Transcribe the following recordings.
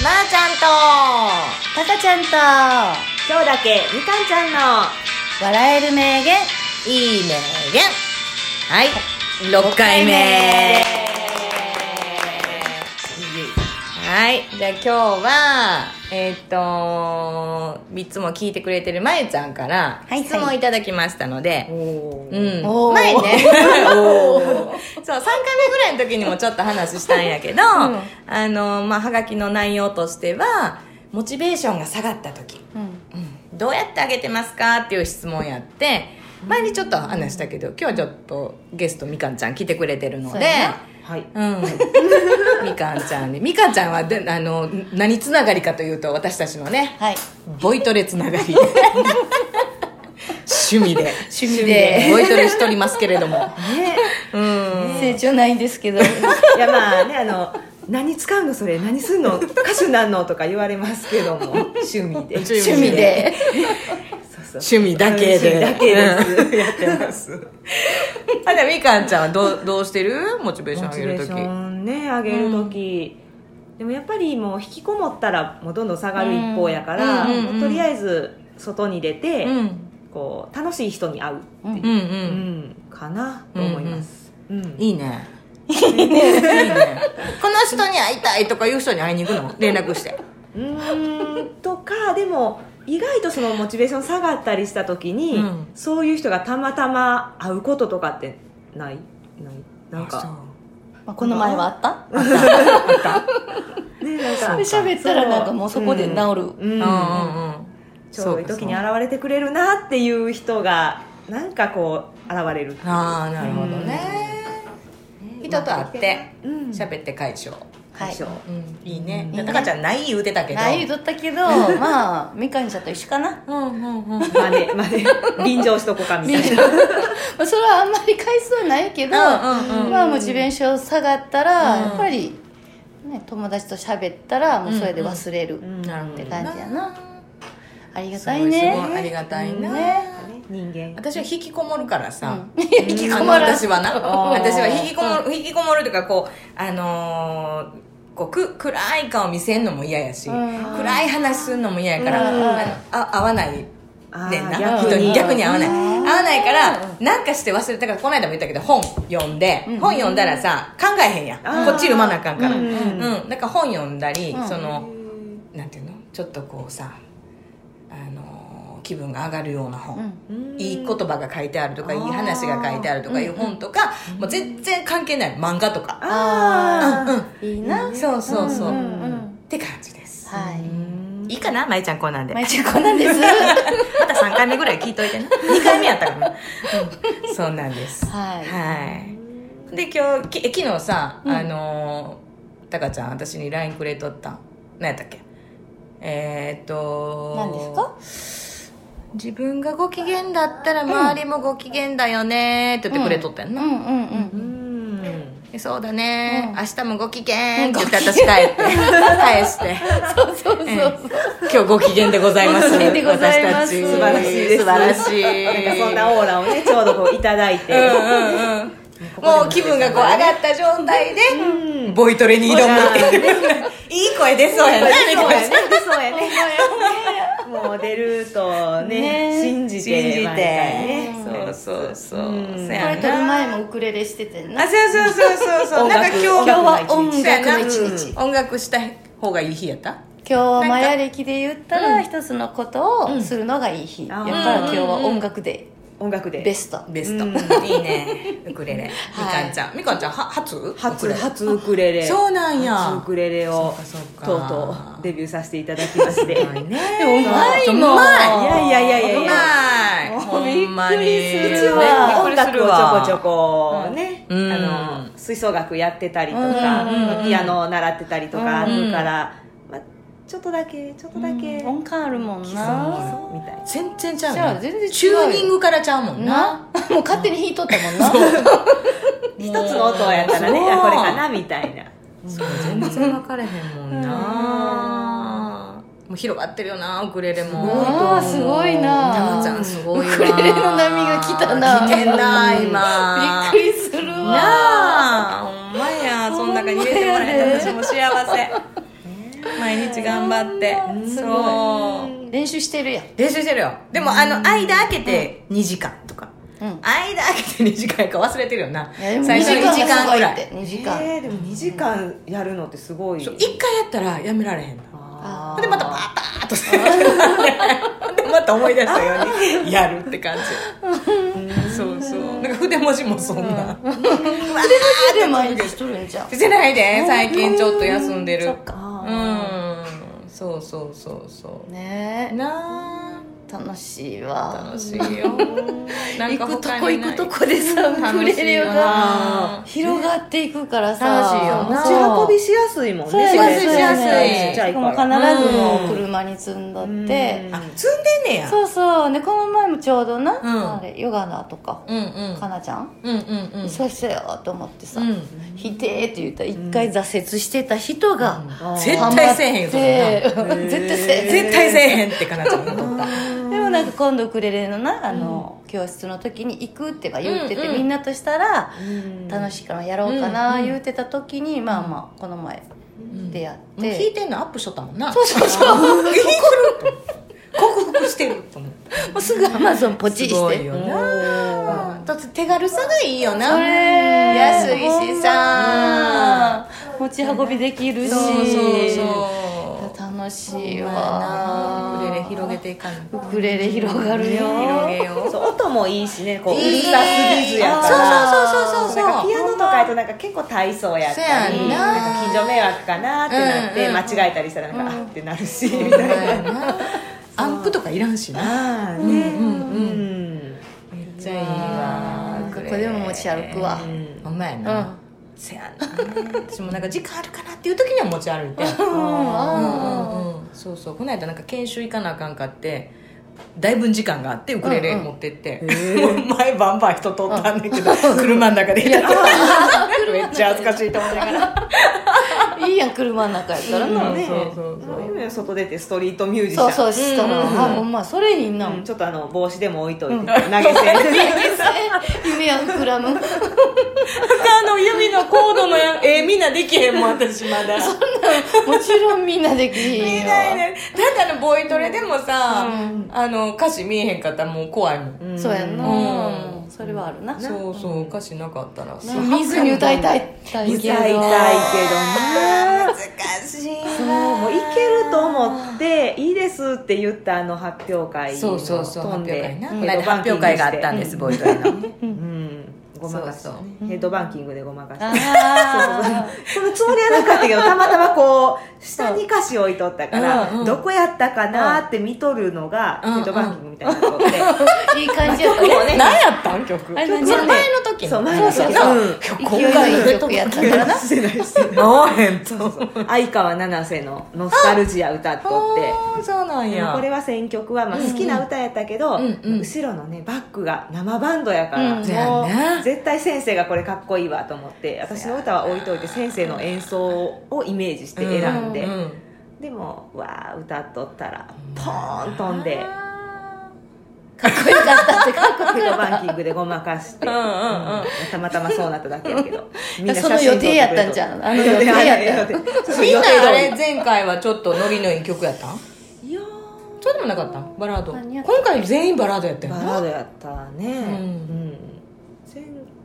まー、ちゃんとたかちゃんと今日だけみかんちゃんの笑える名言いい名言はい6回目はいじゃあ今日はえーっといつも聞いてくれてるまゆちゃんからはいはい質問いただきましたので、おうーん、 おー前ね そう3回目ぐらいの時にもちょっと話したんやけど、あのまあはがきの内容としてはモチベーションが下がった時、うんうんどうやってあげてますかっていう質問やって前にちょっと話したけど今日はちょっとゲストみかんちゃん来てくれてるのそうでやなはい。 うん、みかんちゃんにみかんちゃんはであの何つながりかというと私たちのねはいボイトレつながり 趣味で趣味でボイトレしとりますけれどもね、うん成長ないんです けどいやまあねあの何使うのそれ何すんの歌手なんのとか言われますけども趣味で趣趣味でそうそう趣味だけで趣味だけです、やってますあでもみかんちゃんはどうどうしてるモチベーションモ上げチベるーとシきョンね上げる時、でもやっぱりもう引きこもったらもうどんどん下がる一方やから、うんうんうんもうとりあえず外に出て、うんこう楽しい人に会う、うんうんううんんかなと思います、うんいいねいいねこの人に会いたいとかいう人に会いに行くの連絡してうーんとかでも意外とそのモチベーション下がったりした時に、うんそういう人がたまたま会うこととかってないないなんそうかまあこの前はあったそうねなんかか喋ったらなんかもうそこでう治るんううんんうんうんちょうどいい時にそうかそう現かれてくれるなっていう人がなんかこう現れるっていうああなるほどね人と会ってうん喋って解消はでしょういうんいいねうんたかちゃんない言うてたけどないとったけどまあみかんちゃんと一緒かなうんうんうんまねまね便乗しとこうかみたいなまあそれはあんまり回数はないけど、うんうんうんまあモチベーション下がったら、うんやっぱり、ね、友達と喋ったらもうそれで忘れる、うんなるほどって感じやなありがすごたいいすごいねありがたいねね人間私は引きこもるからさ、引きこもあのら私ずはなあー私は引きこもる、引きこもるというかこうあのーこうく暗い顔見せんのも嫌やし、うん暗い話すんのも嫌やから、うんあのあ合わないあーねんな逆に人に逆に合わない合うんわないからなんかして忘れたからこの間も言ったけど本読んで、本読んだらさ考えへんやあーこっち読まなあかんからううんん、だから本読んだり、うんそのなんていうのちょっとこうさあのー気分が上がるような本、うんうんいい言葉が書いてあるとかあいいー話が書いてあるとかいう本とかもう全然関係ない漫画とかあーいいな、そうそうそううんっうんうんて感じですはい、うんいいかなまいちゃんこんなんでままいちゃんこんなんですた3回目ぐらい聞いといてな2回目やったか なうんそうなんですはいはいで今日きえ昨日さうんあのーたかちゃん私に LINE くれとった何やったっけえーっと何ですか自分がご機嫌だったら周りもご機嫌だよねーって言ってくれとったやんうなんうんううんんえそうだね、うん明日もご機嫌って言って私帰って返して そうそうそうそう、え今日ご機嫌でございますご機嫌でございます私たち素晴らしいです素晴らしなんかいそんなオーラをねちょうどこういただいてうんうんうんもう気分がこう上がった状態でうんボイトレに挑む っていういい声出そうやなそうやねそうやねもう出るとねね信じて信じて、毎回ねそうそうそう、うんせこやれ撮るな前もウクレレしててんなあそうそうそうそうそう音なん楽か今日音今日楽は音せや楽なの一日うん音楽した方がいい日やった今日はマヤ暦で言ったら一つのことをするのがいい日、んやからあー今日は音楽で音楽でベストベスト、うんいいねウクレレ、みかんちゃんみかんちゃんは初ウク初レレ初ウクレレそうなんや初ウクレレをそうかそとううかとうデビューさせていただきましてうまいねでもうまいもんういまやいやいやいいやういやまいもうびっくりするほんまにうちは音楽をちょこちょここね、うんあの吹奏楽やってたりとうんうんうかんピアノを習ってたりとかあうんるから、まあ、ちょっとだけちょっとだけ、音感あるもんなみたいな全然ちゃうじゃあね全然違うよチューニングからちゃうもんななもう勝手に弾いとったもんな一つの音やったらねそうあこれかなみたいなそう全然分かれへんもんなもう広がってるよなウクレレもわあすごいたまちゃなんすごいわウクレレの波が来たな来てんな今びっくりするわなあほんまやそん中に入れてもらえて私も幸せ毎日頑張ってんそう練習してるやん練習してるよでもあの間空けて2時間とか、うん間空けて2時間か忘れてるよないやでも最初2 2時間ぐらい2時間えー、でも2時間やるのってすごい1回やったらやめられへんのあーでまたパーパーっとしてで また思い出したようにやるって感じそうそうなんか筆文字もそんなそれで毎日しとるんじゃんしてないで最近ちょっと休んでるうあんそうそうそうそねうなえ楽しいわあ楽しい よなん行かくと他こに行ないくとこでさ楽しいウよクレレが広がっていくからさ楽しいよーな持ち運びしやすいもんねそうやしねやすいそうしやすいやねちっちゃいしかもか必らずもう車に積んだってうんあ積んでんねやそうそうでこの前もちょうどな、うんあれヨガナとか、うんうんかなちゃん、うんうんうんそうしよと思ってさ「うんひて」って言ったら一回挫折してた人が、うん絶ハマ対っせえへんよそれて絶対せえへん絶対せえへんってかなちゃんのことでもなんか今度ウクレレのなあの、教室の時に行くってか言ってて、うんうんみんなとしたらうん楽しいからやろうかな、うんうん言ってた時にまあまあこの前出会って、もう弾いてんのアップしとったもんなそうそうそう も弾いてると思って克服してると思ってうすぐアマゾンポすチしてごいようんなだって手軽さがいいよなそれ安いしさ持ち運びできるしそうそうそう楽しいほんまやわなウクレレ広げていかんウクレレ広がるよ広げようそう音もいいしねこうういるいねさすぎずやからそうそうそうそうそうなんかピアノとかやとなんか結構体操やったそうやりんななんか近所迷惑かなってなって、うんうん間違えたりしたらなんか、あってな るし、ほみんたまいなやなアンプとかいらんしなああねうんうんうんめっちゃいいわここでも持ち歩くわうんほんまやうんなせやな私もなんか時間あるかな っていう時には持ち歩いてあうんうんうんそうそうこの間なんか研修行かなあかんかってだいぶん時間があってウクレレ持ってって、もう前バンバン人通ったんだけど、車の中でやって めっちゃ恥ずかしいと思いながらいいやん車の中やったらな、うんねそうそうそうそういうの外出てストリートミュージシャそンうそうしたら、うんうんうんあほんまそれいいな、うんちょっとあの帽子でも置いといて、投げ 銭夢は膨らむあの指のコードのやえーみんなできへんもん私まだ もちろんみんなできへんよないねだからボイトレでもさ、あの歌詞見えへんかったらもう怖いもん、んそうやんな、うんそれはあるなそうそう歌詞なかったらさな水に歌いたい歌歌いたいけどな難しいそうもういけると思っていいですって言ったあの発表会そうそうそう飛発ん表で会な、うんこの間発表会があったんです、ボイトレのうんごまかしそうたそねヘッドバンキングでごまかしたあそのつもりはなかったけどたまたまこう下に歌詞置いとったから、うんうんどこやったかなって見とるのが、うんヘッドバンキングみたいなところで、ーいい感じやったね何やったん曲あれ何その前の時そうの前の時そうそそうう今勢い回のいい曲やったからなしてないし てないなあへんと相川七瀬の「ノスタルジア」歌っとって。あーそうなんやこれは選曲は、まあ、好きな歌やったけど、うんうん後ろのねバックが生バンドやから、うんそうやねもう絶対先生がこれかっこいいわと思って私の歌は置いといて先生の演奏をイメージして選んで、ううでもわあ歌っとったらポーン飛んであかっこよかったってかっこよかっヘッドバンキングでごまかして、うんうんうんうんたまたまそうなっただけやけどみその予定やったんじゃんあの予定やったーみんなあれ前回はちょっとノリのいい曲やったんいやそうでもなかったんバラード何やっ今回全員バラードやったーよバなラードやったね、うんうん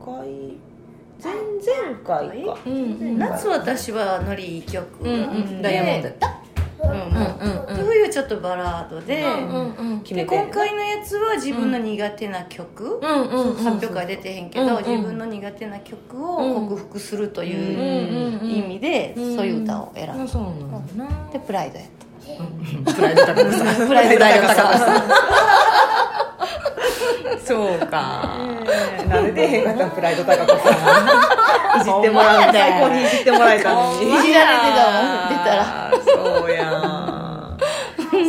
前回前々回かうんうんた夏私はノリいい曲うんうんダイヤモンドやったうんうんうん、冬ちょっとバラードで,、うんうんうん決でめて今回のやつは自分の苦手な曲、うんうんうん発表会出てへんけど、うんうん自分の苦手な曲を克服するというんうんううん意味で、うんそういう歌を選んあだ、そうなんだなでプライドやったプライド高くさプライド高さそうかなんで出へんかったんプライド高子さんいじってもらう最高にいじってもらえたのにいじらもれてたん出たらそうやん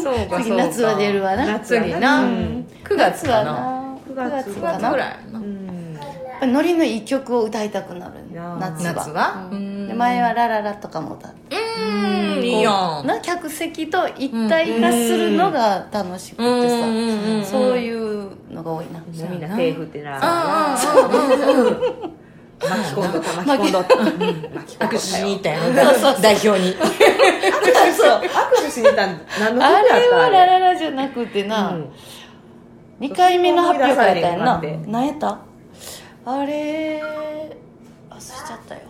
そうか次夏は出るわな夏にうなん9月かな9 9月月9か月なぐやらいやなうんっぱりノリのいい曲を歌いたくなるいやー夏は夏はううんんで前は「ラララ」とかも歌ってうんいいやんな客席と一体化するのが楽しくてさ、うんうんうんうんそういうのが多いな、みんな手振ってあなあ巻き込んどった巻き込んどったうん巻き込んど握手ったしよに行ったよ代表に握手そう握手しに行ったん何の時あやっれたはあラれララじゃなくてな、うん二2回目の発表会やっ思い出されへたんやんなくなって何やったあれ忘れちゃったよ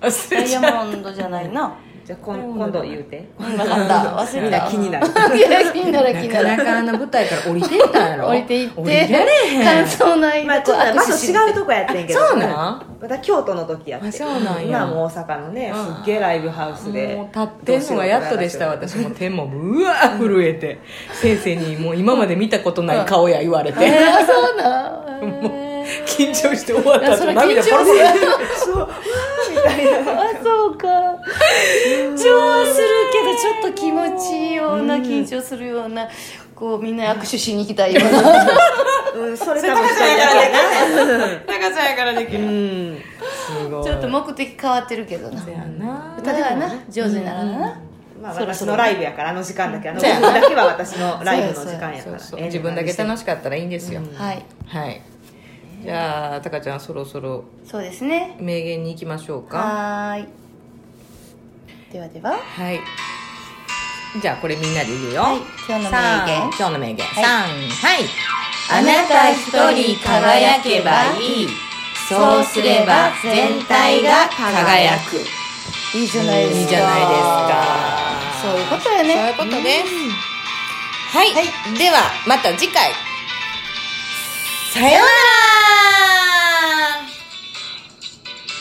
忘ダれイちヤゃうモンドじゃないなじゃあ今今度言うて分かった忘みれんたな気になるいや気になる気なになかなるかあの舞台から降りていったんやろ降りていっ降りらてれへん感想ないまあとちこょっと握ま手ずし違うとこやってんけどそうなんまた京都の時やってあそうなんや今もう大阪のねうんすっげえライブハウスでもう立ってんのがやっとでした私も手もうわー震えて 先生に「もう今まで見たことない顔や」言われえてーそうなんえー緊張して終わっいたやそ後れ涙ポロポ緊張すロるそうわーみたいなあそうか超するけどちょっと気持ちいいような緊張するようなこうみんな握手しに行きたいようなうんそれ多分しちゃいけない高さやからできうるんすごいちょっと目的変わってるけどなせやなだからな上手にならななまあそろ私そろのライブやからあの時間だけあのそう部や分だけは私のライブの時間やかそうらそう自分だけ楽しかったらいいんですよはいはいじゃあタカちゃんそろそろそうですね名言に行きましょうかはーいではでははいじゃあこれみんなで言うよはい今日の名言さん今日の名言さんはいあなた一人輝けばいいそうすれば全体が輝くいいじゃないですかいいじゃないですかそういうことよねそういうことですはい、ではまた次回さようなら